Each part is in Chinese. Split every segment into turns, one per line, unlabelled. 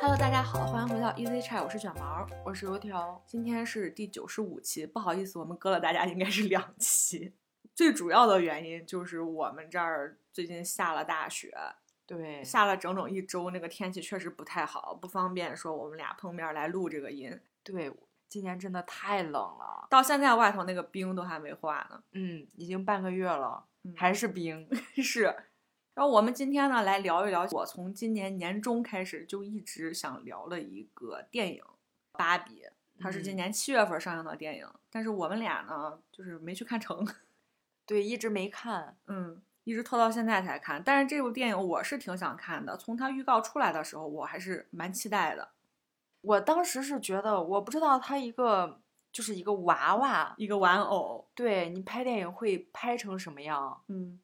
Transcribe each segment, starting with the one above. Hello，大家好，欢迎回到 Easy Chat，我是卷毛，我是油条，今天是第九十五期，不好意思，我们隔了大家应该是两期。最主要的原因就是我们这儿最近下了大雪，
对，
下了整整一周，那个天气确实不太好，不方便说我们俩碰面来录这个音。
对，今年真的太冷了，
到现在外头那个冰都还没化呢，
嗯，已经半个月了，
嗯
还是冰，
是。然后我们今天呢来聊一聊，我从今年年中开始就一直想聊的一个电影《芭比》，它是今
嗯
年七月份上映的电影，但是我们俩呢就是没去看成，
对，一直没看，
嗯，一直拖到现在才看。但是这部电影我是挺想看的，从它预告出来的时候，我还是蛮期待的。
我当时是觉得，我不知道他一个就是一个娃娃，
一个玩偶，
对你拍电影会拍成什么样，
嗯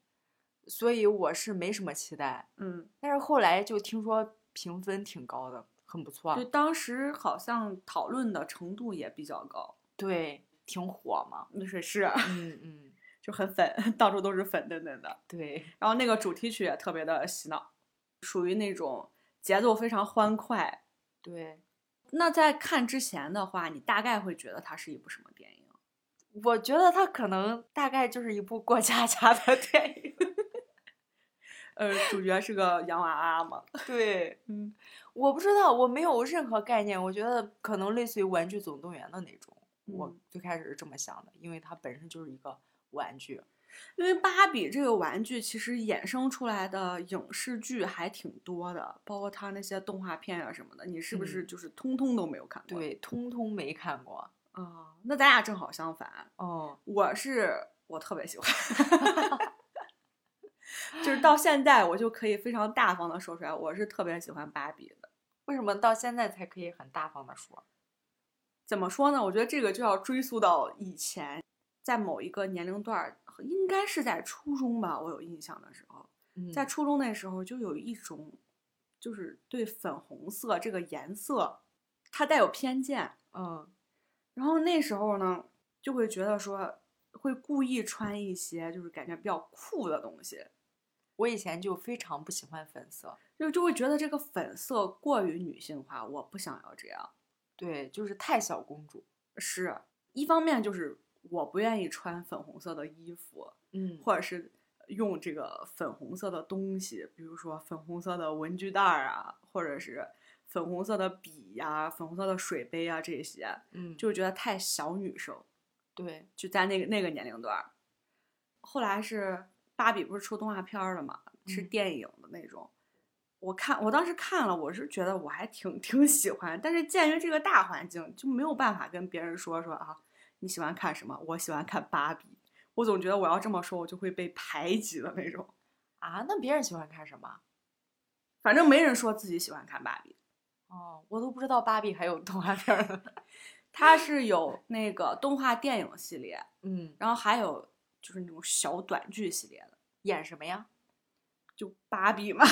所以我是没什么期待，
嗯，
但是后来就听说评分挺高的，很不错，
就当时好像讨论的程度也比较高，
对，挺火嘛，
那是是，啊
嗯嗯，
就很粉， 到处都是粉嫩嫩的。
对，
然后那个主题曲也特别的洗脑，属于那种节奏非常欢快。
对，
那在看之前的话，你大概会觉得它是一部什么电影？
我觉得他可能大概就是一部过家家的 电影，
呃，主角是个洋娃娃 嘛，
对。
嗯，
我不知道，我没有任何概念。我觉得可能类似于《玩具总动员》的那种，我
嗯
最开始是这么想的，因为它本身就是一个玩具。
因为芭比这个玩具其实衍生出来的影视剧还挺多的，包括它那些动画片啊什么的，你是不是
嗯
就是通通都没有看过？
对，通通没看过。
啊、那咱俩正好相反，
哦，
我是我特别喜欢，就是到现在我就可以非常大方的说出来，我是特别喜欢芭比的。
为什么到现在才可以很大方的说？
怎么说呢？我觉得这个就要追溯到以前，在某一个年龄段儿，应该是在初中吧，我有印象的时候，
嗯
在初中那时候就有一种，就是对粉红色这个颜色，它带有偏见。
嗯
然后那时候呢，就会觉得说，会故意穿一些就是感觉比较酷的东西，
我以前就非常不喜欢粉色。
就就会觉得这个粉色过于女性化，我不想要这样。
对，就是太小公主。
是一方面就是我不愿意穿粉红色的衣服，
嗯
或者是用这个粉红色的东西，比如说粉红色的文具袋儿啊，或者是粉红色的笔呀、粉红色的水杯啊这些，
嗯，
就觉得太小女生，
对，
就在那个那个年龄段儿。后来是芭比不是出动画片儿了嘛，是
嗯
电影的那种。我看，我当时看了，我是觉得我还挺挺喜欢，但是鉴于这个大环境，就没有办法跟别人说说啊，你喜欢看什么？我喜欢看芭比。我总觉得我要这么说，我就会被排挤的那种。
啊，那别人喜欢看什么？
反正没人说自己喜欢看芭比，
哦，我都不知道芭比还有动画片儿呢。
它是有那个动画电影系列，
嗯，
然后还有就是那种小短剧系列的，
演什么呀？
就芭比嘛，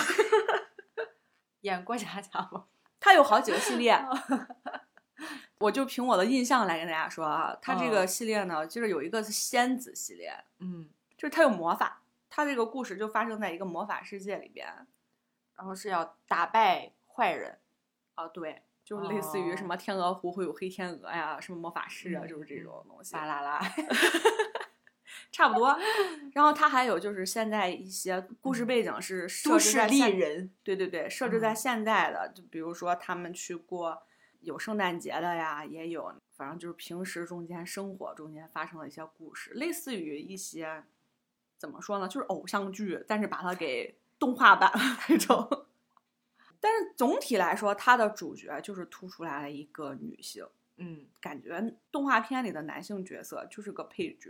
演过家家吗？
它有好几个系列。
哦
我就凭我的印象来跟大家说啊，它这个
嗯
系列呢，就是有一个是仙子系列，
嗯，
就是它有魔法，它这个故事就发生在一个魔法世界里边
然后是要打败坏人。
啊，对，就类似于什
哦
么天鹅湖会有黑天鹅呀，什么魔法师啊，
嗯
就是这
嗯
种东西。
巴啦 啦，
差不 多。然后它还有就是现在一些故
嗯
事背景是设置在现，
人。
对对对，设置在
嗯
现在的，就比如说他们去过有圣诞节的呀，也有，反正就是平时中间生活中间发生的一些故事，类似于一些怎么说呢，就是偶像剧，但是把它给 动画版了那种。 但是总体来说，它的主角就是突出来了一个女性，
嗯，
感觉动画片里的男性角色就是个配角，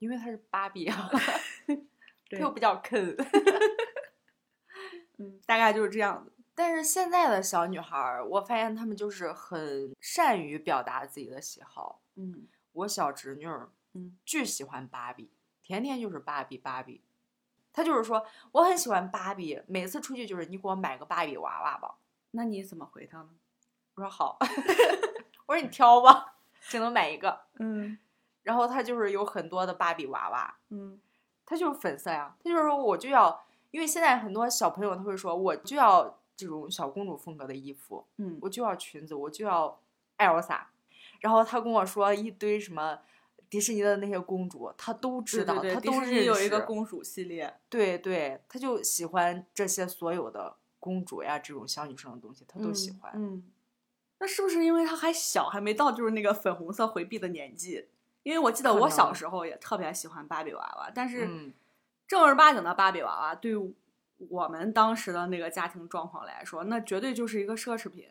因为他是芭比 啊，他
对
又比较坑。
嗯，大概就是这样子。
但是现在的小女孩儿，我发现她们就是很善于表达自己的喜好。
嗯
我小侄女儿
嗯
巨喜欢芭比，天天就是芭比芭比。她就是说我很喜欢芭比，每次出去就是你给我买个芭比娃娃吧。，
那你怎么回他呢？
我说好， 我说你挑吧，只能买一个。
嗯
然后她就是有很多的芭比娃娃，
嗯
他就是粉色呀，他就是说我就要，因为现在很多小朋友他会说我就要这种小公主风格的衣服，
嗯
我就要裙子，我就要艾尔萨。然后他跟我说一堆什么迪士尼的那些公主，他都
对
知道，
对对，
他
迪士
都认
尼
识。
有一个公主系列，
对对，他就喜欢这些所有的公主呀这种小女生的东西，他都喜欢。
嗯。嗯那是不是因为他还小，还没到就是那个粉红色回避的年纪？因为我记得
可
我小
能
时候也特别喜欢芭比娃娃，但是
嗯
正儿八经的芭比娃娃对我们当时的那个家庭状况来说，那绝对就是一个奢侈品。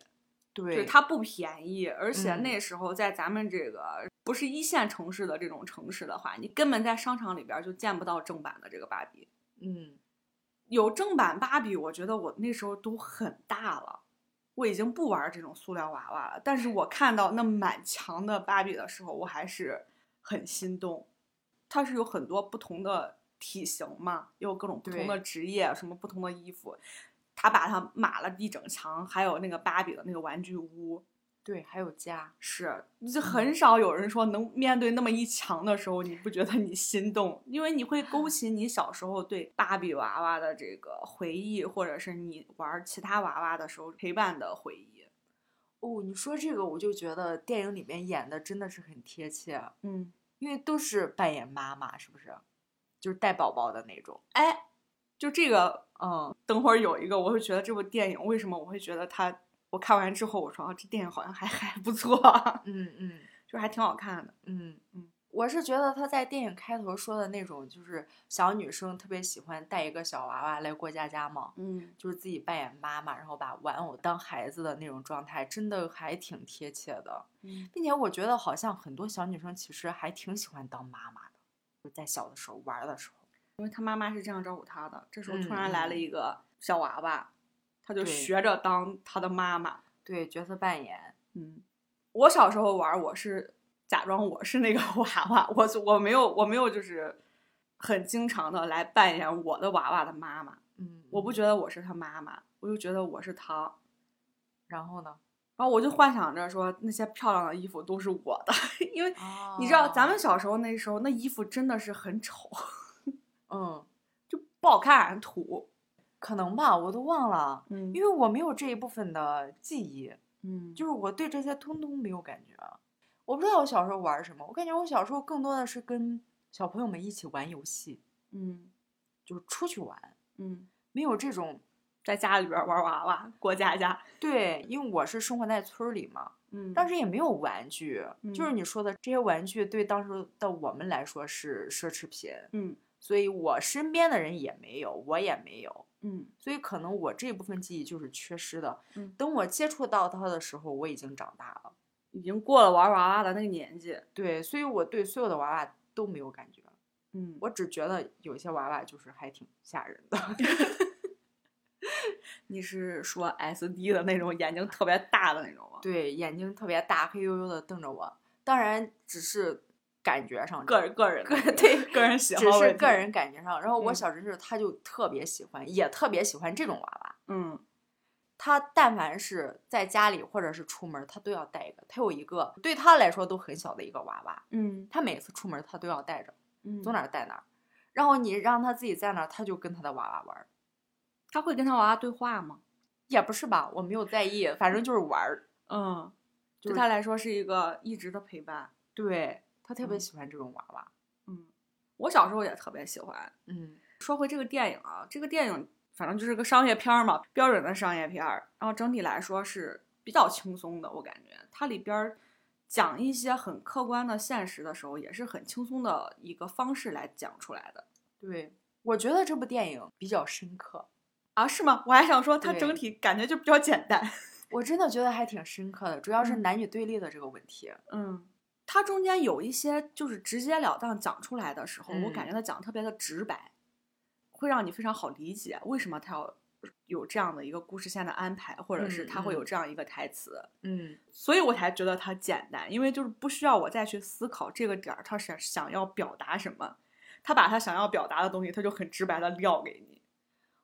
对，
对，
它不便宜，而且
嗯
那时候在咱们这个不是一线城市的这种城市的话，你根本在商场里边儿就见不到正版的这个芭比。
嗯
有正版芭比，我觉得我那时候都很大了，我已经不玩这种塑料娃娃了。但是我看到那满墙的芭比的时候，我还是很心动。它是有很多不同的体型嘛，也有各种不同的
对
职业，什么不同的衣服。他把它码了一整墙，还有那个芭比的那个玩具屋，
对，还有家。
是，就很少有人说能面对那么一墙的时候，你不觉得你心动？因为你会勾起你小时候对芭比娃娃的这个回忆，或者是你玩其他娃娃的时候陪伴的回忆。
哦，你说这个我就觉得电影里面演的真的是很贴切，啊
嗯，
因为都是扮演妈妈，是不是？就是带宝宝的那种。
哎，就这个，
嗯，
等会儿有一个，我会觉得这部电影为什么我会觉得它，我看完之后我说啊，这电影好像还还不错，啊
嗯嗯
就是还挺好看的。
嗯
嗯
嗯，我是觉得他在电影开头说的那种，就是小女生特别喜欢带一个小娃娃来过家家嘛，
嗯，
就是自己扮演妈妈，然后把玩偶当孩子的那种状态，真的还挺贴切的，
嗯
并且我觉得好像很多小女生其实还挺喜欢当妈妈的，就在小的时候玩儿的时候。
因为他妈妈是这样照顾他的，这时候突
嗯
然来了
嗯
一个小娃娃，他就
对
学着当他的妈妈。
对角色扮演，
嗯，我小时候玩儿，我是假装我是那个娃娃，我是我没有我没有就是很经常的来扮演我的娃娃的妈妈，
嗯，
我不觉
得。
得我是他妈妈，我就觉得我是他，
然后呢？
然后我就幻想着说那些漂亮的衣服都是我的， 因为你知道咱们小时候那时候那衣服真的是很丑，
哦，嗯，
就不好看土，
可能吧，我都忘了，
嗯
因为我没有这一部分的记忆。
嗯
就是是我对这些通通没有感觉。啊我不知道我小时候玩儿什么，我感觉我小时候更多的是跟小朋友们一起玩游戏，
嗯
就是出去玩，
嗯，
没有这种
在家里边儿玩儿娃娃过家家，
对，因为我是生活在村儿里嘛，
嗯
当时也没有玩具，就是
嗯
你说的这些玩具对当时的我们来说是奢侈品，
嗯
所以我身边的人也没有，我也没有。
嗯
所以可能我这部分记忆就是缺失的。
嗯
等我接触到它的时候，我已经长大了。
已经过了玩儿娃娃的那个年纪，
对，所以我对所有的娃娃都没有感觉。
嗯
我只觉得有一些娃娃就是还挺吓人的。
你是说 S D 的那种眼睛特别大的那种吗？，
对，眼睛特别大，黑黝黝的瞪着我。当然，只是感觉上，
个人个人
个
的
人对
个人喜好
只是
问题
个人，感觉上。然后我
嗯
小侄女她就特别喜欢，也特别喜欢这种娃娃。
嗯
她但凡是在家里或者是出门，她都要带一个。她有一个对她来说都很小的一个娃娃，
嗯
她每次出门她都要带着，
嗯，
走哪儿带哪儿。然后你让她自己在那儿，她就跟她的娃娃玩儿，
他会跟他娃娃对话吗？
也不是吧？我没有在意，反正就是玩儿。
嗯，
就
对
是
他来说是一个一直的陪伴。
对她特别
嗯
喜欢这种娃娃。
嗯，我小时候也特别喜欢。
嗯
说回这个电影啊，这个电影反正就是个商业片儿嘛，标准的商业片儿。然后整体来说是比较轻松的，我感觉它里边儿讲一些很客观的现实的时候，也是很轻松的一个方式来讲出来的。，
对，我觉得这部电影比较深刻，
啊，是吗？我还想说，它
对
整体感觉就比较简单。
我真的觉得还挺深刻的，主要是
嗯
男女对立的这个问题。
嗯，它中间有一些就是直截了当讲出来的时候，我感
嗯
觉它讲得特别的直白，会让你非常好理解为什么它要有这样的一个故事线的安排，或者是
嗯
它会有
嗯
这样一个台词。
嗯，
所以我才觉得它简单，因为就是不需要我再去思考这个点儿，他想想要表达什么，他把他想要表达的东西，他就很直白的撂给你。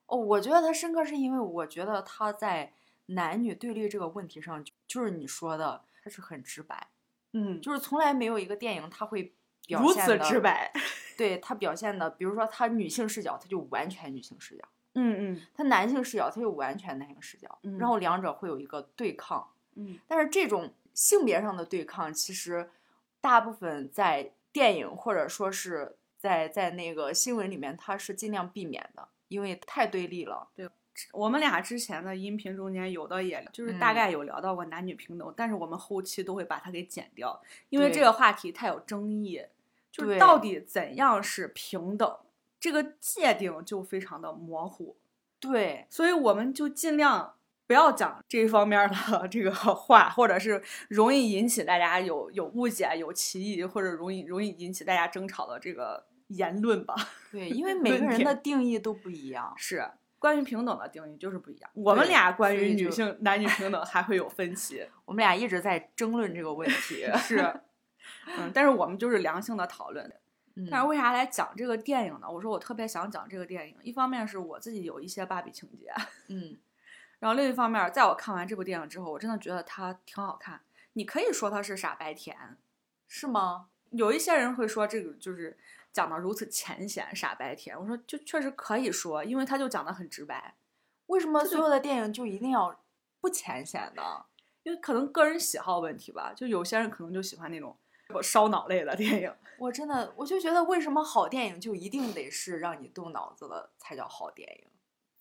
哦，我觉得它深刻是因为我觉得他在男女对立这个问题上，就是你说的，它是很直白，
嗯，
就是从来没有一个电影它会表
如
现
此
得
直，白。
对它表现的，比如说它女性视角，它就完全女性视角，
嗯嗯
他男性视角，他有完全男性视角，
嗯
然后两者会有一个对抗。
嗯
但是这种性别上的对抗，其实大部分在电影或者说是在在那个新闻里面，它是尽量避免的，因为太对立了。
我们俩之前的音频中间有的也就是大
嗯
概有聊到过男女平等，但是我们后期都会把它给剪掉，因为这
对
个话题太有争议，就是
对
到底怎样是平等，这个界定就非常的模糊，
对，
所以我们就尽量。不要讲这一方面的 这个话，或者是容易引起大家有有误解、有歧义，或者容易容易引起大家争吵的这个言论吧。
对，因为每
论
个人
点
的定义都不一样。
是关于平等的定义就是不一样。我们
对
俩关
所
于
以
女
就
性、男女平等还会有分歧，
我们俩一直在争论这个问题。
是，嗯，但是我们就是良性的讨论。
嗯
但是为啥来讲这个电影呢？我说我特别想讲这个电影，一方面是我自己有一些芭比情节，
嗯，
然后另一方面，在我看完这部电影之后，我真的觉得它挺好看。你可以说它是傻白甜，
是吗？
有一些人会说这个就是讲的如此浅显傻白甜，我说就确实可以说，因为它就讲的很直白。
为什么
就
所有的电影就一定要不浅显呢？
因为可能个人喜好问题吧，就有些人可能就喜欢那种烧脑类的电影。
我真的，我就觉得为什么好电影就一定得是让你动脑子的才叫好电影？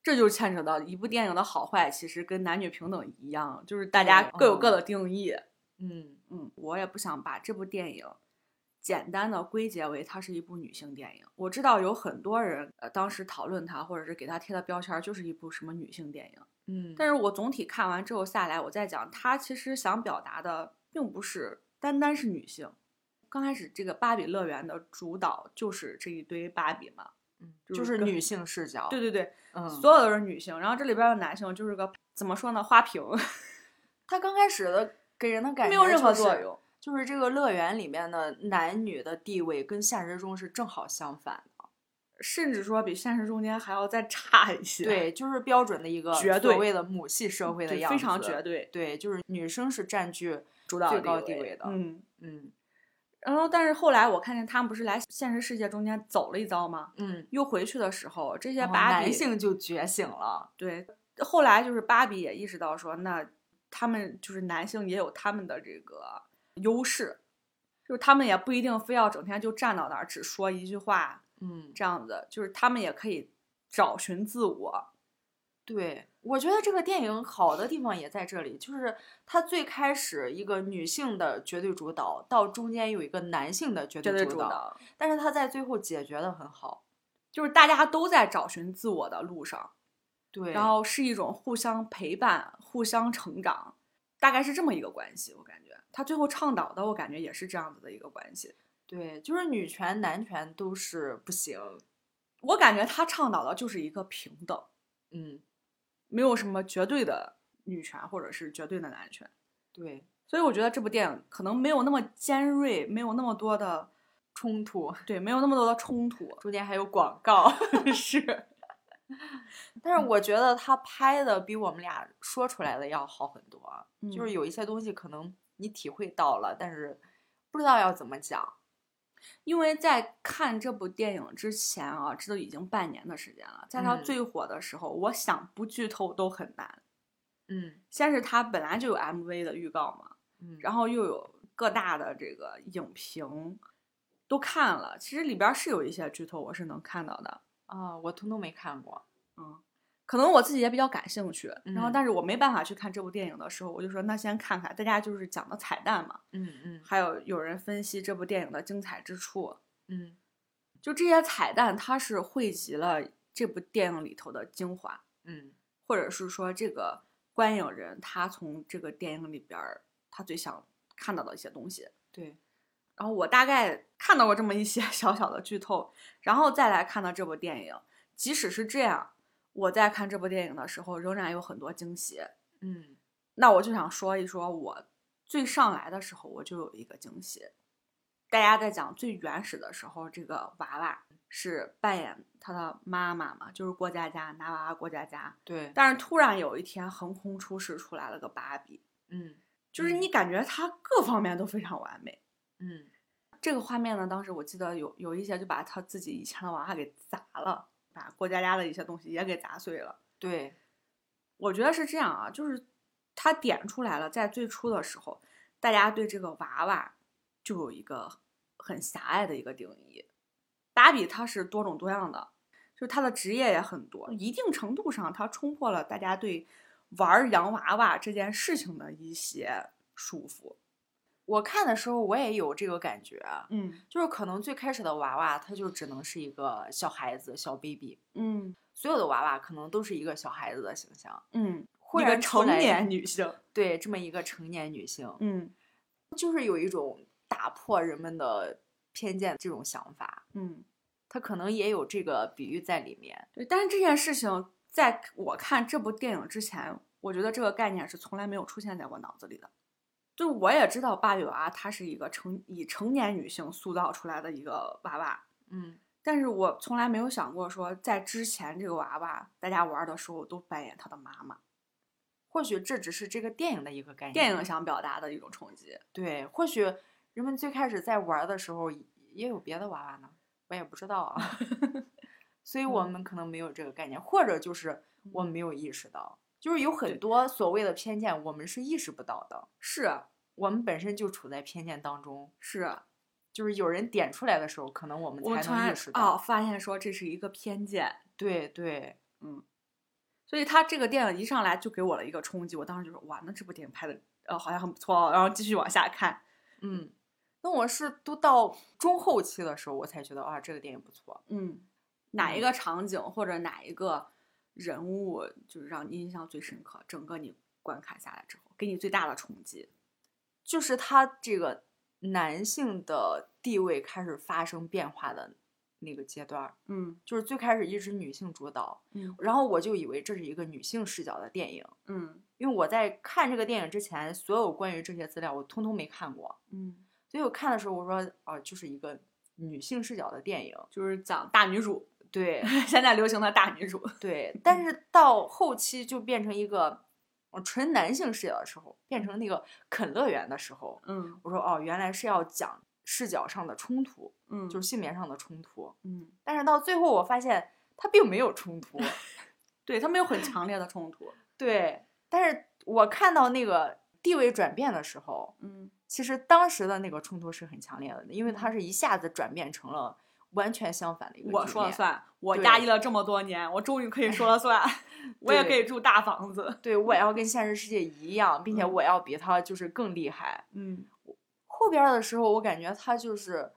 这就牵扯到一部电影的好坏，其实跟男女平等一样，就是大家各有各的定义。
嗯，
嗯，我也不想把这部电影简单的归结为它是一部女性电影。我知道有很多人呃当时讨论它，或者是给它贴的标签儿就是一部什么女性电影。
嗯
但是我总体看完之后下来，我再讲，他其实想表达的并不是单单是女性。刚开始这个芭比乐园的主导就是这一堆芭比嘛，
就
嗯就是
是
跟
女性视角，
对对对，
嗯，
所有都是女性。然后这里边的男性就是个怎么说呢，花瓶，
他刚开始的给人的感觉
没有任何
就是
作，用。
就是这个乐园里面的男女的地位跟现实中是正好相反的，
甚至说比现实中间还要再差一些，
对，就是标准的一个
绝对嗯
所谓的母系社会的
对
样子，
非常绝对
对，就是女生是占据
主导
最高
地
地位的
嗯，
嗯
然后但是后来我看见他们不是来现实世界中间走了一遭吗？
嗯，
又回去的时候，这些
然后
芭比
哦男性就觉醒了，
对，后来就是芭比也意识到说，那他们就是男性也有他们的这个优势，就是他们也不一定非要整天就站到那儿只说一句话
嗯，
这样子，就是他们也可以找寻自我。
对，我觉得这个电影好的地方也在这里，就是它最开始一个女性的绝对主导，到中间有一个男性的绝
绝对
主
主
导，
导，
但是它在最后解决的很好。
就是大家都在找寻自我的路上，
对，
然后是一种互相陪伴、互相成长，大概是这么一个关系。我感觉他最后倡导的，我感觉也是这样子的一个关系。
对，就是女权、男权都是不行。
我感觉他倡导的就是一个平等。
嗯，
没有什么绝对的女权或者是绝对的男权，
对，
所以我觉得这部电影可能没有那么尖锐，没有那么多的
冲突。
对，没有那么多的冲突
中间还有广告，
是，
但是我觉得他拍的比我们俩说出来的要好很多啊。就
嗯
是有一些东西可能你体会到了，但是不知道要怎么讲。
因为在看这部电影之前啊，这都已经半年的时间了，在它
嗯
最火的时候，我想不剧透都很难。
嗯
先是它本来就有 MV 的预告嘛，
嗯，
然后又有各大的这个影评都看了，其实里边儿是有一些剧透，我是能看到的。
啊，我通通没看过。
嗯，可能我自己也比较感兴趣，然后
嗯
但是我没办法去看这部电影的时候，我就说那先看看，大家就是讲的彩蛋嘛，
嗯嗯
还有有人分析这部电影的精彩之处，
嗯
就这些彩蛋它是汇集了这部电影里头的精华，
嗯
或者是说这个观影人他从这个电影里边儿他最想看到的一些东西。
对，
然后我大概看到过这么一些 小小的剧透，然后再来看到这部电影。即使是这样，我在看这部电影的时候，仍然有很多惊喜。
嗯
那我就想说一说，我最上来的时候，我就有一个惊喜。大家在讲最原始的时候，这个娃娃是扮演他的妈妈嘛，就是过家家拿娃娃过家家。
对，
但是突然有一天，横空出世出来了个芭比，
嗯
就是你感觉她各方面都非常完美。
嗯
这个画面呢，当时我记得有有一些就把他自己以前的娃娃给砸了，把过家家的一些东西也给砸碎了。
对，
我觉得是这样啊，就是他点出来了，在最初的时候，大家对这个娃娃就有一个很狭隘的一个定义。达比他是多种多样的，就是他的职业也很多，一定程度上他冲破了大家对玩儿洋娃娃这件事情的一些束缚。
我看的时候我也有这个感觉，啊
嗯
就是可能最开始的娃娃他就只能是一个小孩子、小 baby，
嗯
所有的娃娃可能都是一个小孩子的形象，
嗯，
忽
一个
然出
成
来
年女性，
对这么一个成年女性，
嗯
就是有一种打破人们的偏见这种想法，
嗯，
他可能也有这个比喻在里面。
对。但是这件事情，在我看这部电影之前，我觉得这个概念是从来没有出现在我脑子里的。就是我也知道芭比娃她是一个成以成年女性塑造出来的一个娃娃，
嗯，
但是我从来没有想过说，在之前这个娃娃大家玩的时候都扮演她的妈妈，
或许这只是这个电影的一个概念。
电影想表达的一种冲击。
对，或许人们最开始在玩儿的时候也有别的娃娃呢，我也不知道啊。 所以我
嗯
们可能没有这个概念，或者就是我们没有意识到，就是有
对
很多所谓的偏见，我们是意识不到的。
是啊
我们本身就处在偏见当中，
是，啊
就是有人点出来的时候，可能我们
我们
才
突
能
然
意识到。
哦发现说这是一个偏见，
对对，
所以他这个电影一上来就给我了一个冲击，我当时就说哇，那这部电影拍的呃好像很不错哦，然后继续往下看。
嗯，那我是都到中后期的时候，我才觉得啊，这个电影不错。
嗯，哪一
嗯
个场景或者哪一个人物就是让你印象最深刻？整个你观看下来之后，给你最大的冲击。
就是他这个男性的地位开始发生变化的那个阶段儿，
嗯
就是最开始一直女性主导，
嗯
然后我就以为这是一个女性视角的电影，
嗯
因为我在看这个电影之前，所有关于这些资料我通通没看过，
嗯，
所以我看的时候我说啊，就是一个女性视角的电影，
就是讲大女主，
对
现在流行的大女主。
对，但是到后期就变成一个呃纯男性视角的时候，变成那个啃乐园的时候，
嗯
我说哦，原来是要讲视角上的冲突。
嗯，
就是性别上的冲突。
嗯，
但是到最后，我发现它并没有 冲突。
对他们有很强烈的冲突。
对，但是我看到那个地位转变的时候，
嗯
其实当时的那个冲突是很强烈的，因为它是一下子转变成了完全相反的一个。
嗯我说了。算，我
对
压抑了这么多年，我终于可以说了 算，我也可
对
以住大房子。
对，我也要跟现实世界一样，并且
嗯
我要比他就是更厉害。
嗯
后边儿的时候，我感觉他就是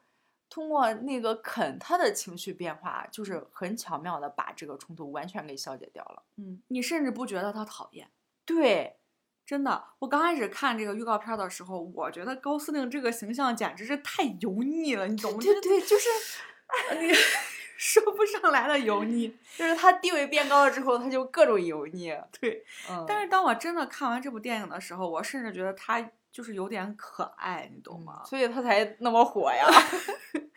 通过那个啃他的情绪变化，就是很巧妙的把这个冲突完全给消解掉了。
嗯，你甚至不觉得他讨厌。
对，
真的，我刚开始看这个预告片儿的时候，我觉得高司令这个形象简直是太油腻了，你 懂吗？
对对，就是
你 说不上来的油 腻。
就是他地位变高了之后，他就各种油腻。
对，
嗯
但
但是
是当我真的看完这部电影的时候，我甚至觉得他就是有点可爱，你懂吗？
嗯所以他才那么火呀。嗯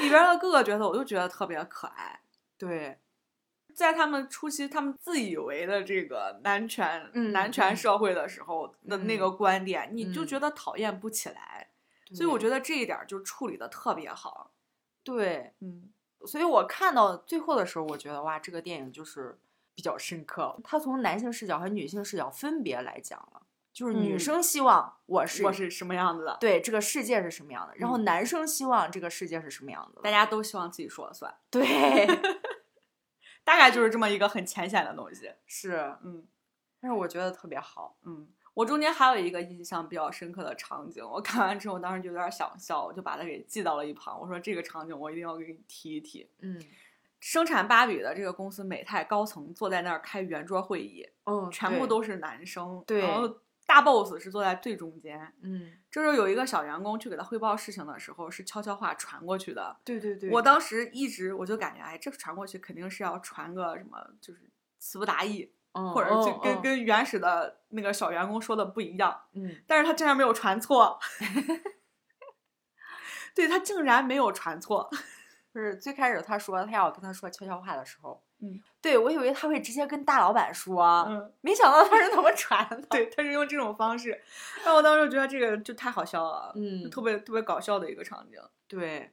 里边儿的各个角色，我都觉得特别可爱。
对，
在他们初期，他们自以为的这个男权、
嗯
男权社会的时候的那个
嗯
观点，你就
嗯
觉得讨厌不起来。所
所
以
以
我
我
觉
觉得
得这一点儿就处理的特别好。
对，
嗯
所以我看到最后的时候，我觉得哇，这个电影就是比较深刻。他从男性视角和女性视角分别来讲了，就是女
嗯
生希望我是、
我是什么样子的？
对这个世界是什么样的，然后
嗯
男生希望这个世界是什么样的。
大家都希望自己说了算，
对
大概就是这么一个很浅显的东西。
是，
嗯
但是我觉得特别好。
嗯，我中间还有一个印象比较深刻的场景，我看完之后当时就有点想笑，我就把它给记到了一旁。我说这个场景我一定要给你提一提。
嗯
生产芭比的这个公司美泰高层坐在那儿开圆桌会议，
嗯，
全部
对
都是男生，
对
然后大 boss 是坐在最中间。
嗯，
这时候有一个小员工去给他汇报事情的时候，是悄悄话传过去的，
对对对，
我当时一直我就感觉，哎，这传过去肯定是要传个什么，就是词不达意，
嗯
或者
嗯
就跟
嗯
跟原始的那个小员工说的不一样。
嗯
但是他竟然没有传 错，对他竟然没有传错。
就是最开始他说他要跟他说悄悄话的时候，
嗯，
对我以为他会直接跟大老板说，
嗯，
没想到他是怎么传的。
对，他是用这种方式，让我当时觉得这个就太好笑了，
嗯
特别特别搞笑的一个场景。
对，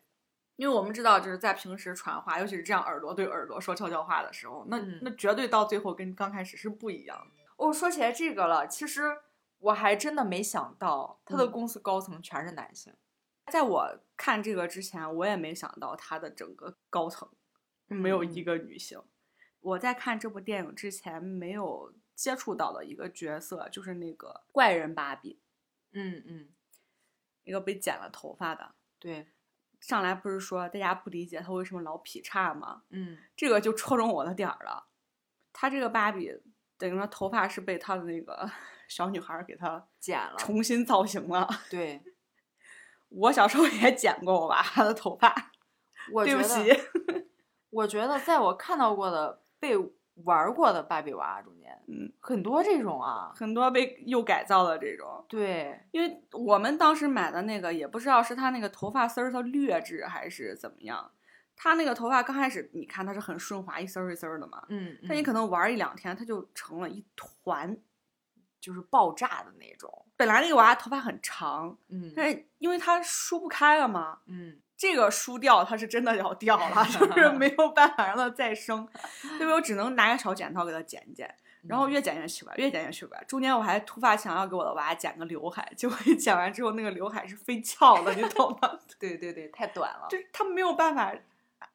因为我们知道，就是在平时传话，尤其是这样耳朵对耳朵说悄悄话的时候，那、
嗯
那绝对到最后跟刚开始是不一样的。
哦，说起来这个了，其实我还真的没想到，他的
嗯
公司高层全是男性。
在我看这个之前，我也没想到他的整个高层没有一
嗯
个女性。我在看这部电影之前没有接触到的一个角色，就是那个怪人芭比，
嗯嗯，
一个被剪了头发的。
对，
上来不是说大家不理解他为什么老劈叉吗？
嗯
这个就戳中我的点儿了。她这个芭比等于说头发是被她的那个 小女孩儿给她
剪了，
重新造型了。
对，
我小时候也剪过我娃娃的头发，
我
对
觉
不
得，
起。
我觉得在我看到过的被玩儿过的芭比娃娃中间，
嗯，
很多这种啊，
很多被又改造的这种，
对，
因为我们当时买的那个也不知道是它那个头发丝儿它劣质还是怎么样。它那个头发刚开始你看它是很顺滑，一丝儿一丝儿的嘛，
嗯，
但你
嗯
可能玩儿一两天它就成了一团。
就是爆炸的那种，
本来那个娃娃头发很长，
嗯
但是因为它梳不开了嘛，
嗯，
这个输掉它是真的要掉了，就是没有办法让它再生，所以我只能拿个小剪刀给它剪一剪，然后
嗯
越剪越奇怪，越剪越奇怪。中间我还突发想要给我的娃剪个刘海，结果一剪完之后，那个刘海是飞翘的，你懂吗？
对对对，太短了
就，是它没有办法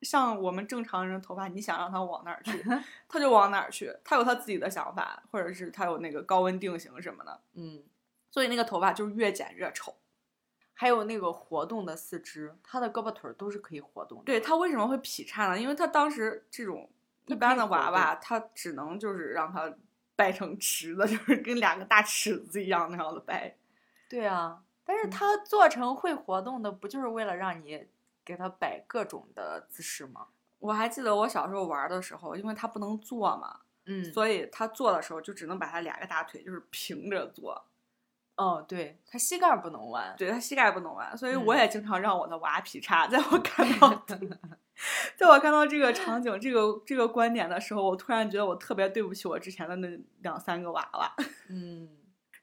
像我们正常人头发，你想让它往哪儿去，它就往哪儿去，它有它自己的想法，或者是它有那个高温定型什么的，
嗯，
所以那个头发就是越剪越丑。
还有那个活动的四肢，他的胳膊腿儿都是可以活动的，
对他为什么会劈叉呢？因为他当时这种一
它可
般
以
的
活
娃
动
娃，他只能就是让他掰成直的，就是跟两个大尺子一样那样的掰。
对啊，但是
嗯
它做成会活动的，不就是为了让你给它摆各种的姿势吗？
我还记得我小时候玩的时候，因为他不能坐嘛，
嗯所
所以他坐的时候就只能把他两个大腿就是平着坐，
哦，对，它膝盖儿不能弯，
对他膝盖不能弯，所以我
嗯
也经常让我的娃劈叉。在我看 到，在我看到这个场景、这个这个观点的时候，我突然觉得我特别对不起我之前的那两三个娃娃。
嗯，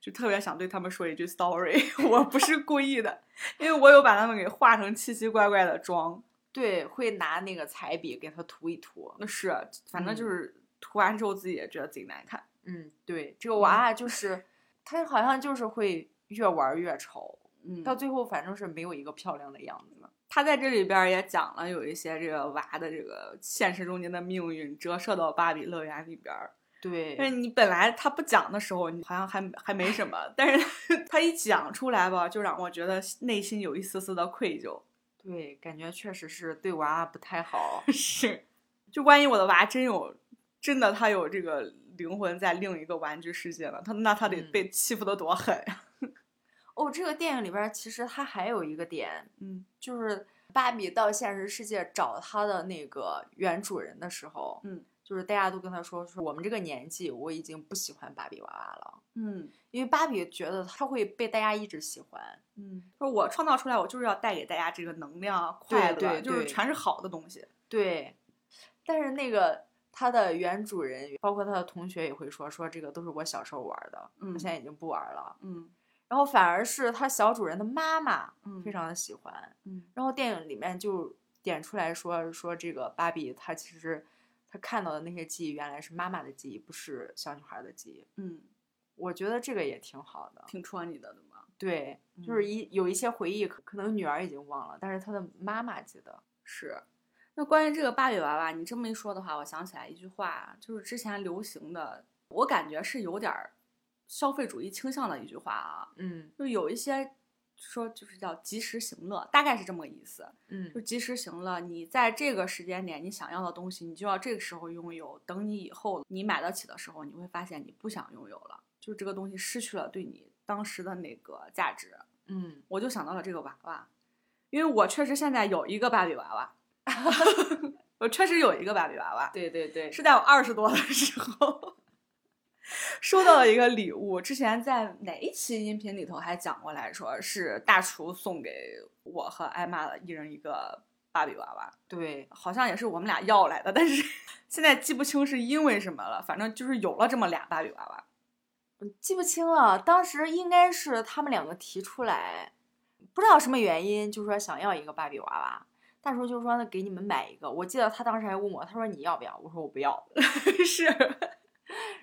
就特别想对他们说一句 sorry，我 不是故意的，因为我有把他们给画成奇奇怪怪的妆。
对，会拿那个彩笔给它涂一涂，
那是，反正就
嗯
是涂完之后自己也觉得自己难看。
嗯，对，这个娃娃就是它好像就是会越玩儿越丑，
嗯
到最后反正是没有一个漂亮的样子。
他在这里边儿也讲了有一些这个娃的这个现实中间的命运折射到芭比乐园里边儿。
对，
但是你本来他不讲的时候，你好像还还没什么，但是 他一讲出来吧，就让我觉得内心有一丝丝的愧疚。。
对，感觉确实是对娃娃不太好
是，就万一我的娃真有，真的他有这个灵魂在另一个玩具世界了，他那他得
嗯
被欺负的多狠呀！
哦，这个电影里边儿其实它还有一个点，
嗯
就是芭比到现实世界找她的那个原主人的时候，
嗯，
就是大家都跟她说说，我们这个年纪我已经不喜欢芭比娃娃了，
嗯
因为芭比觉得她会被大家一直喜欢。
嗯，说我创造出来，我就是要带给大家这个能量、啊、快乐，
对对
就是
对
全是好的东西。
对，但是那个她的原主人，包括她的同学也会说说这个都是我小时候玩的，
嗯
我现在已经不玩了。
嗯
然后反而是她小主人的妈妈
嗯
非常的喜欢，
嗯
然后电影里面就点出来说说这个芭比她其实她看到的那些记忆原来是妈妈的记忆，不是小女孩儿的记忆。
嗯，
我觉得这个也挺好的，
挺戳你的，对吗？
对，就是
嗯
一有一些回忆可可能女儿已经忘了，但是她的妈妈记得。
是。那关于这个芭比娃娃，你这么一说的话，我想起来一句话，就是之前流行的，我感觉是有点儿消费主义倾向的一句话啊。
嗯
就有一些说就是叫及时行乐，大概是这么个意思。就
嗯
及时行乐，你在这个时间点你想要的东西，你就要这个时候拥有。等你以后你买得起的时候，你会发现你不想拥有了，就是这个东西失去了对你当时的那个价值。
嗯，
我就想到了这个娃娃，因为我确实现在有一个芭比娃娃，我确实有一个芭比娃娃，
对对对，
是在我二十多的时候收到了一个礼物。之前在哪一期音频里头还讲过来说，是大厨送给我和艾玛的一人一个芭比娃娃，
对，
好像也是我们俩要来的，但是 现在记不清是因为什么了。反正就是有了这么俩芭比娃娃。
嗯记不清了，当时应该是他们两个提出来，不知道什么原因，就说想要一个芭比娃娃。大叔就说那给你们买一个，我记得他当时还问我，他说你要不要？我说我不要，
是，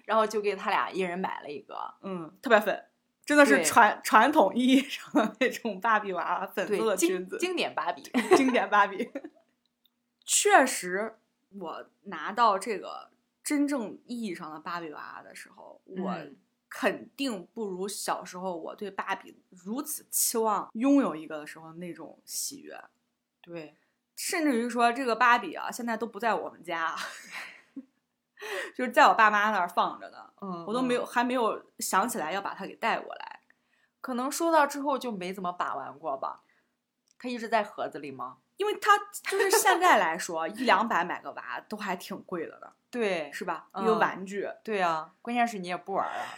然后就给他俩一人买了一个，
嗯，特别粉，真的是
对
传传统意义上的那种芭比娃娃粉色
对，
的裙
经
子，
经典芭比，
经典芭比。 确实，我拿到这个真正意义上的芭比娃娃的时候，我
嗯
肯定不如小时候我对芭比如此期望拥有一个的时候那种喜悦。
对，
甚至于说，这个芭比啊，现在都不在我们家啊， 就是在我爸妈那儿放着呢，
嗯，
我都没有
嗯，
还没有想起来要把它给带过来。
可能收到之后就没怎么把玩过吧，他一直在盒子里吗？
因为它就是现在来说，一两百买个娃都还挺贵的呢，
对，
是吧？一个
嗯
玩具，
对啊，关键是你也不玩啊，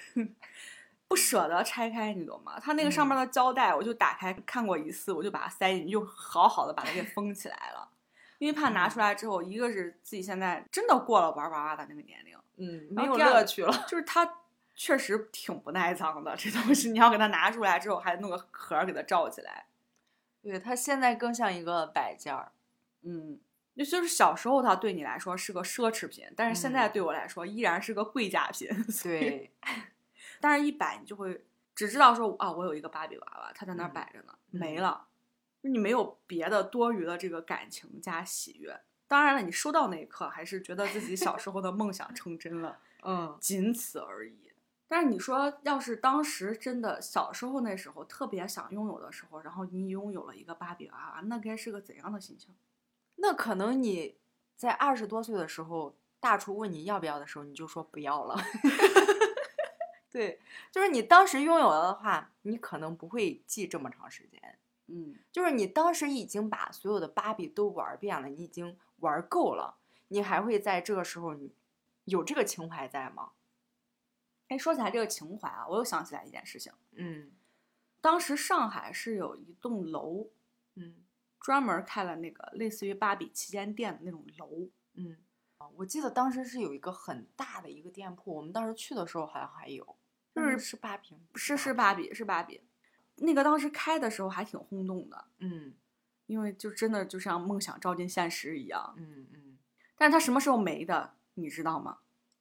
不舍得拆开，你懂吗？它那个上
嗯
面的胶带，我就打开看过一次，我就把它塞进去，又好好的把它给封起来了，因为怕拿出来之后，一个是自己现在真的过了玩娃娃的那个年龄，
嗯，
然
没
后
有
第二个
乐趣了，
就是它确实挺不耐脏的，这东西你要给它拿出来之后，还弄个盒儿给它罩起来。
对他现在更像一个摆件儿，
嗯，也就是小时候它对你来说是个奢侈品，但是现在
嗯
对我来说依然是个贵价品。所以，
对，
但是一摆你就会只知道说啊，我有一个芭比娃娃，它在那儿
嗯
摆着呢，没
嗯
了，就你没有别的多余的这个感情加喜悦。当然了，你收到那一刻还是觉得自己小时候的梦想成真了。
嗯，
仅此而已。但是你说，要是当时真的小时候那时候特别想拥有的时候，然后你拥有了一个芭比娃娃，那该是个怎样的心情？
那可能你在二十多岁的时候，大厨问你要不要的时候，你就说不要了。 对，就是你当时拥有了的话，你可能不会记这么长时间。
嗯
就是你当时已经把所有的芭比都玩遍了，你已经玩够了，你还会在这个时候你有这个情怀在吗？
哎，说起来这个情怀啊，我又想起来一件事情。
嗯
当时上海是有一栋楼，
嗯
专门开了那个类似于芭比旗舰店的那种楼。
嗯。啊我记得当时是有一个很大的一个店铺，我们当时去的时候好像还有，
就
嗯
是
是芭比吗，
是是芭比，是芭比。那个当时开的时候还挺轰动的，
嗯
因为就真的就像梦想照进现实一样。
嗯嗯，
但是它什么时候没的，你知道吗？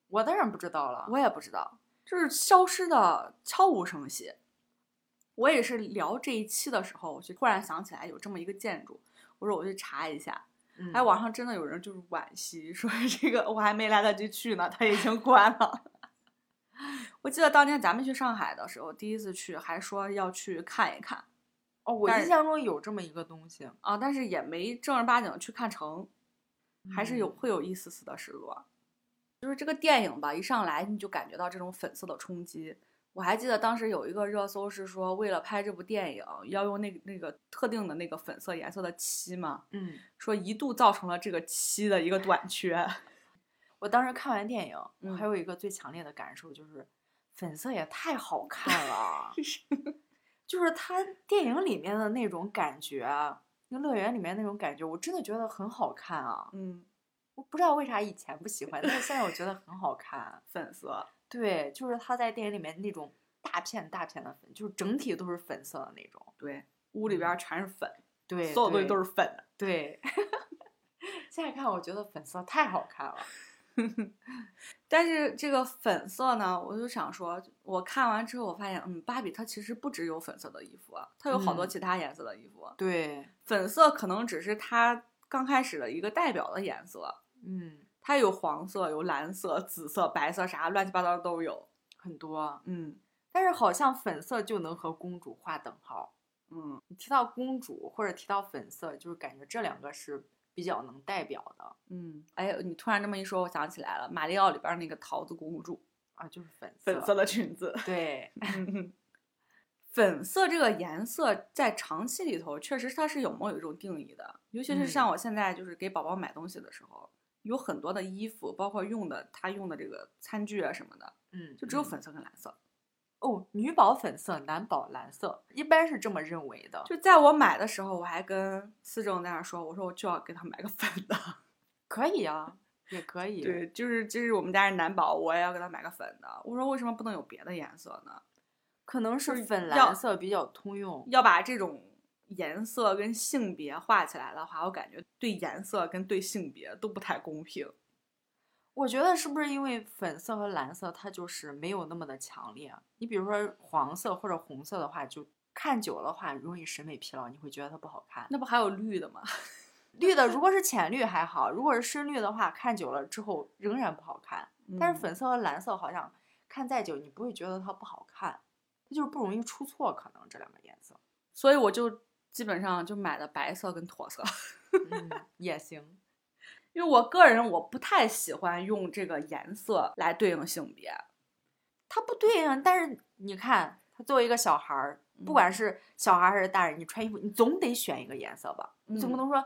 我当然不知道了，
我也不知道，就是消失的悄无声息。我也是聊这一期的时候，我就突然想起来有这么一个建筑，我说我去查一下。
嗯
哎，网上真的有人就是惋惜说 这个我还没来得及去呢，它已经关了。 我记得当年咱们去上海的时候，第一次去还说要去看一看
哦，我
但
印
是
象中有这么一个东西，
啊，但是也没正儿八经地去看成，还是有
嗯
会有一丝丝的失落。就是这个电影吧，一上来你就感觉到这种粉色的冲击。我还记得当时有一个热搜是说，为了拍这部电影要用那那个特定的那个粉色颜色的漆嘛，
嗯，
说一度造成了这个漆的一个短缺。
我当时看完电影，我还
嗯，
有一个最强烈的感受就是，粉色也太好看了
是
就是它电影里面的那种感觉，那乐园里面那种感觉，我真的觉得很好看啊！
嗯，
我不知道为啥以前不喜欢，但是现在我觉得很好看。
粉色，
对，就是它在电影里面那种大片大片的粉，就是整体都是粉色的那种。
对，屋里边儿全是粉，
对，
所有东西
对
都是粉的。
对， 现在看我觉得粉色太好看了。
但是这个粉色呢，我就想说，我看完之后我发现，嗯，芭比它其实不只有粉色的衣服啊，它有好多
嗯
其他颜色的衣服。啊
对，
粉色可能只是它刚开始的一个代表的颜色，
嗯，
它有黄色、有蓝色、紫色、白色，啥乱七八糟都有。
很多，
嗯
但是好像粉色就能和公主划等号。
嗯
你提到公主或者提到粉色，就是感觉这两个是比较能代表的
嗯，哎，你突然这么一说，我想起来了，《马里奥》里边那个桃子公主，
啊，就是粉色。
粉色的裙子。
对，嗯
粉色这个颜色在长期里头，确实它是有某有一种定义的，尤其是像
嗯
我现在就是给宝宝买东西的时候，有很多的衣服，包括用的他用的这个餐具啊什么的，
嗯，
就只有
嗯
粉色跟蓝色。
哦，女宝粉色，男宝蓝色，一般是这么认为的。
就在我买的时候，我还跟思政在那儿说，我说我就要给他买个粉的。
可以啊，也可以。，
对，就是就是我们家是男宝，我也要给他买个粉的。我说为什么不能有别的颜色呢？
可能
就是
是粉
要
蓝色比较通用。
要把这种颜色跟性别画起来的话，我感觉对颜色跟对性别都不太公平。
我觉得是不是因为粉色和蓝色它就是没有那么的强烈？啊你比如说黄色或者红色的话，就看久了的话容易审美疲劳，你会觉得它不好看。
那不还有绿的吗？
绿的如果是浅绿还好，如果是深绿的话，看久了之后仍然不好看。但是
嗯
粉色和蓝色好像看再久，你不会觉得它不好看，它就是不容易出错，可能这两个颜色。
所以我就基本上就买了白色跟驼色，
嗯， 也行。
因为我个人我不太喜欢用这个颜色来对应性别。
它不对啊，但是你看，他作为一个小孩儿，不管是小孩儿还是大人，你穿衣服你总得选一个颜色吧？你总
嗯
不能说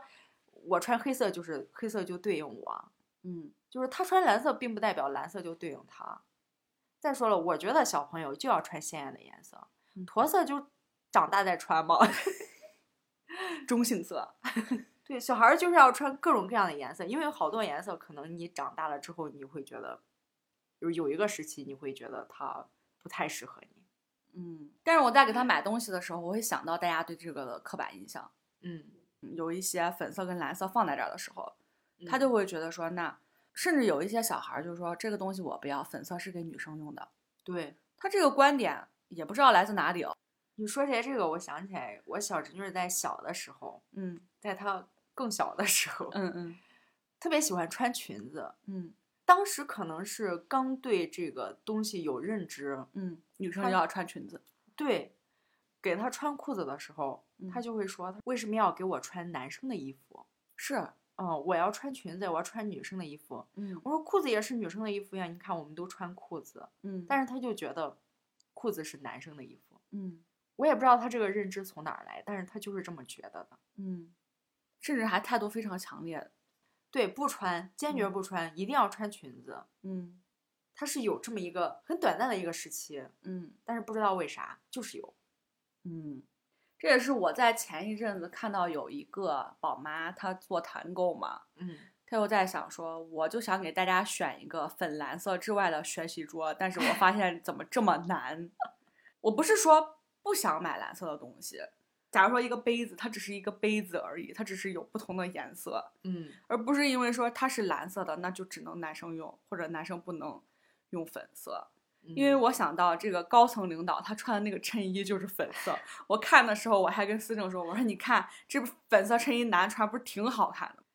我穿黑色就是黑色就对应我，
嗯，
就是他穿蓝色并不代表蓝色就对应他。再说了，我觉得小朋友就要穿鲜艳的颜色
嗯，
驼色就长大再穿嘛。
中性色。
对，小孩儿就是要穿各种各样的颜色，因为有好多颜色，可能你长大了之后，你会觉得，就是有一个时期，你会觉得它不太适合你。
嗯，但是我在给他买东西的时候，我会想到大家对这个的刻板印象。
嗯，
有一些粉色跟蓝色放在这儿的时候，他
他
就
就
会觉得说，那甚至有一些小孩儿就说这个东西我不要，粉色是给女生用的。
对
他这个观点也不知道来自哪里哦。
你说起来这个，我想起来，我小侄女在小的时候，
嗯
在她更小的时候，
嗯嗯
特别喜欢穿裙子。
嗯
当时可能是刚对这个东西有认知，
嗯，女生
她
就要穿裙子。
对，给她穿裤子的时候，她
嗯
就会说，为什么要给我穿男生的衣服？
是，
哦，我要穿裙子，我要穿女生的衣服。
嗯
我说裤子也是女生的衣服呀，你看我们都穿裤子，
嗯，
但是他就觉得裤子是男生的衣服。
嗯
我也不知道他这个认知从哪儿来，但是他就是这么觉得的。
嗯，甚至还态度非常强烈。
对，不穿，坚决
嗯
不穿，一定要穿裙子。
嗯
他是有这么一个很短暂的一个时期，
嗯
但是不知道为啥就是有。
嗯，这也是我在前一阵子看到有一个宝妈，她做团购嘛，
嗯，
他又在想说，我就想给大家选一个粉蓝色之外的学习桌，但是我发现怎么这么难？我不是说不想买蓝色的东西，假如说一个杯子，它只是一个杯子而已，它只是有不同的颜色，
嗯，
而不是因为说它是蓝色的，那就只能男生用，或者男生不能用粉色。因为
嗯
我想到这个高层领导他穿的那个衬衣就是粉色，我看的时候我还跟思政说，我说你看这粉色衬衣男穿不是挺好看的吗？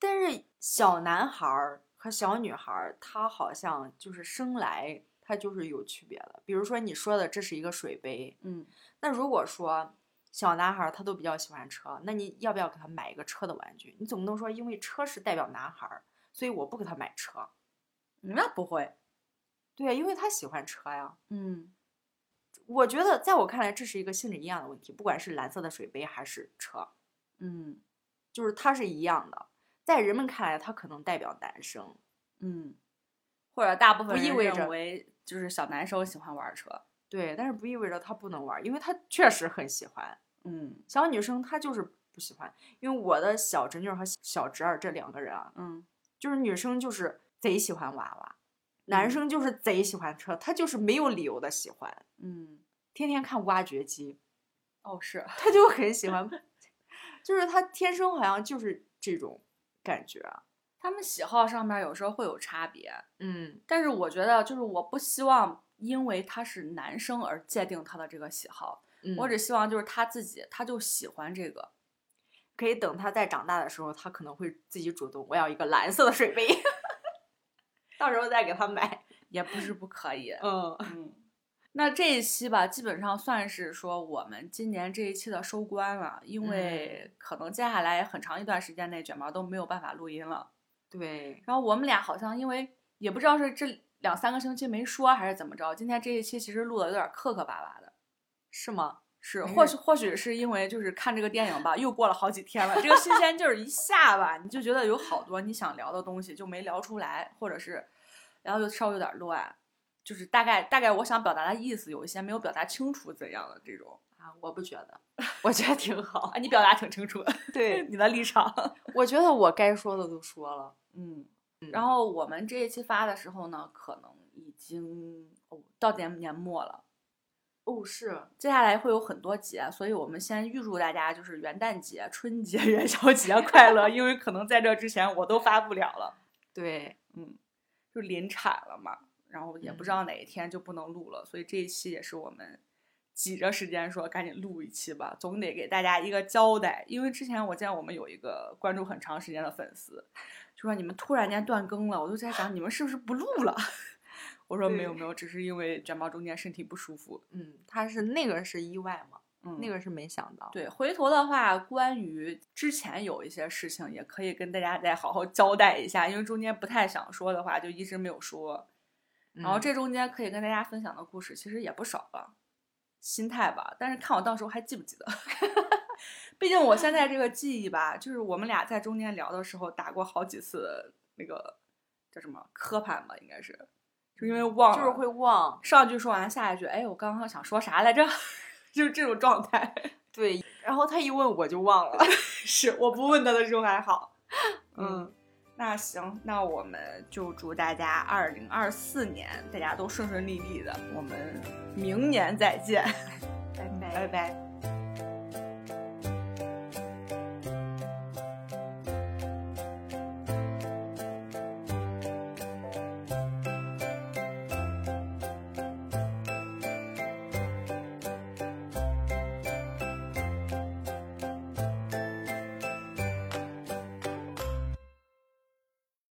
但是小男孩儿和小女孩儿，他好像就是生来他就是有区别的。比如说你说的这是一个水杯，
嗯
那如果说小男孩儿他都比较喜欢车，那你要不要给他买一个车的玩具？你总不能说因为车是代表男孩儿，所以我不给他买车。
那不会，
对呀，因为他喜欢车呀。
嗯
我觉得在我看来，这是一个性质一样的问题，不管是蓝色的水杯还是车，
嗯
就是它是一样的。在人们看来，它可能代表男生，
嗯，或者大部分
不意
人
味着
认为就是小男生喜欢玩车，
对，但是不意味着他不能玩儿，因为他确实很喜欢。
嗯
小女生她就是不喜欢，因为我的小侄女儿和小侄儿这两个人啊，
嗯
就是女生就是贼喜欢娃娃，男
嗯
生就是贼喜欢车，他就是没有理由的喜欢，
嗯，
天天看挖掘机，
哦是，
他就很喜 欢，就是他天生好像就是这种感觉，啊
他们喜好上面有时候会有差别，
嗯，
但是我觉得就是我不希望因为他是男生而界定他的这个喜好，我
或者
只希望就是他自己他就喜欢这个，
可以等他再长大的时候，他可能会自己主动，我要一个蓝色的水杯， 到时候再给他买，
也不是不可以，
嗯
嗯。 那这一期吧，基本上算是说我们今年这一期的收官了，因为可能接下来很长一段时间内卷毛都没有办法录音了。
对，
然后我们俩好像因为也不知道是这两三个星期没说还是怎么着，今天这一期其实录的有点磕磕巴巴的。
是吗？
是，
没
或
事
许或许是因为就是看这个电影吧，又过了好几天了，这个新鲜劲儿一下吧，你就觉得有好多你想聊的东西就没聊出来，或者是，然后就稍微有点乱，就是大概大概我想表达的意思有一些没有表达清楚怎样的这种
啊，我不觉得，我觉得挺好
啊，。你表达挺清楚的，
对，
你的立场，
我觉得我该说的都说了。
嗯，
嗯
然后我们这一期发的时候呢，可能已经哦到年年末了，
哦，是，
接下来会有很多节，所以我们先预祝大家就是元旦节、春节、元宵节 快乐，因为可能在这之前我都发不了了，
对，
嗯，就临产了嘛，然后也不知道哪一天就不能录了，所以这一期也是我们挤着时间说赶紧录一期吧，总得给大家一个交代，因为之前我见我们有一个关注很长时间的粉丝，就说你们突然间断更了，我就在想你们是不是不录了？ 我说没有
对
没有，只是因为卷毛中间身体不舒服，
嗯，他是那个是意外嘛，
嗯，
那个是没想到，
对，回头的话，关于之前有一些事情，也可以跟大家再好好交代一下，因为中间不太想说的话，就一直没有说。
嗯，
然后这中间可以跟大家分享的故事，其实也不少了，心态吧。但是看我到时候还记不记得， 毕竟我现在这个记忆吧，就是我们俩在中间聊的时候打过好几次那个叫什么磕盘吧，应该是，就因为忘了，
嗯就是会忘，
上句说完下一句，哎，我刚刚想说啥来着， 就是这种状态。
对，然后他一问我就忘了，
是我不问他的时候还好。
嗯，
那行，那我们就祝大家二零二四年大家都顺顺利利的，我们明年再见，
拜
拜拜。